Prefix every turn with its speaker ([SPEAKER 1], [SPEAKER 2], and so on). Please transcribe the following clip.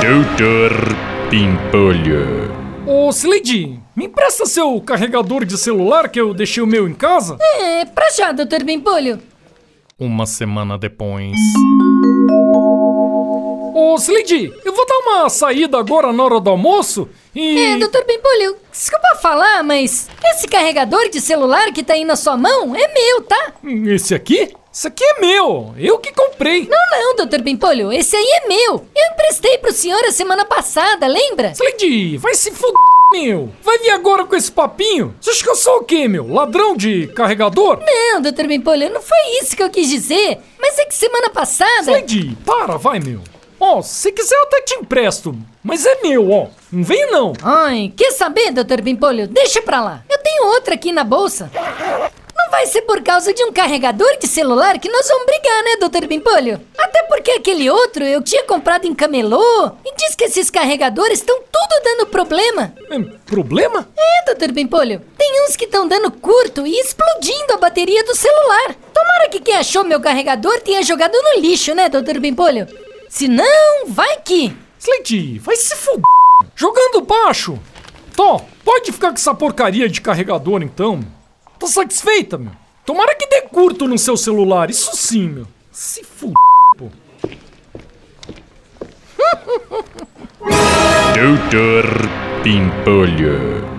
[SPEAKER 1] Doutor Pimpolho.
[SPEAKER 2] Ô, Slade, me empresta seu carregador de celular que eu deixei o meu em casa?
[SPEAKER 3] É, pra já, doutor Bimpolho.
[SPEAKER 2] Uma semana depois. Ô, Slade, eu vou dar uma saída agora na hora do almoço e.
[SPEAKER 3] É, doutor Bimpolho, desculpa falar, mas esse carregador de celular que tá aí na sua mão é meu, tá?
[SPEAKER 2] Hum, Esse aqui? Isso aqui é meu, eu que comprei.
[SPEAKER 3] Não, não, doutor Bimpolho, esse aí é meu. Eu emprestei pro senhor a semana passada, lembra?
[SPEAKER 2] Slade, vai se fuder, meu. Vai vir agora com esse papinho? Você acha que eu sou o quê, meu? Ladrão de carregador?
[SPEAKER 3] Não, doutor Bimpolho, não foi isso que eu quis dizer. Mas é que semana passada.
[SPEAKER 2] Slade, para, vai, meu. Ó, se quiser eu até te empresto, mas é meu, ó. Não vem não.
[SPEAKER 3] Ai, quer saber, doutor Bimpolho? Deixa pra lá. Eu tenho outra aqui na bolsa. Não vai ser por causa de um carregador de celular que nós vamos brigar, né, doutor Bimpolho? Até porque aquele outro eu tinha comprado em camelô e diz que esses carregadores estão tudo dando problema.
[SPEAKER 2] É, problema?
[SPEAKER 3] É, doutor Bimpolho, tem uns que estão dando curto e explodindo a bateria do celular. Tomara que quem achou meu carregador tenha jogado no lixo, né, doutor Bimpolho? Se não, vai que...
[SPEAKER 2] Slade, vai se fuder. Jogando baixo. Tó, pode ficar com essa porcaria de carregador então. Tá satisfeita, meu? Tomara que dê curto no seu celular, isso sim, meu. Se fuder, pô.
[SPEAKER 1] Doutor Pimpolho.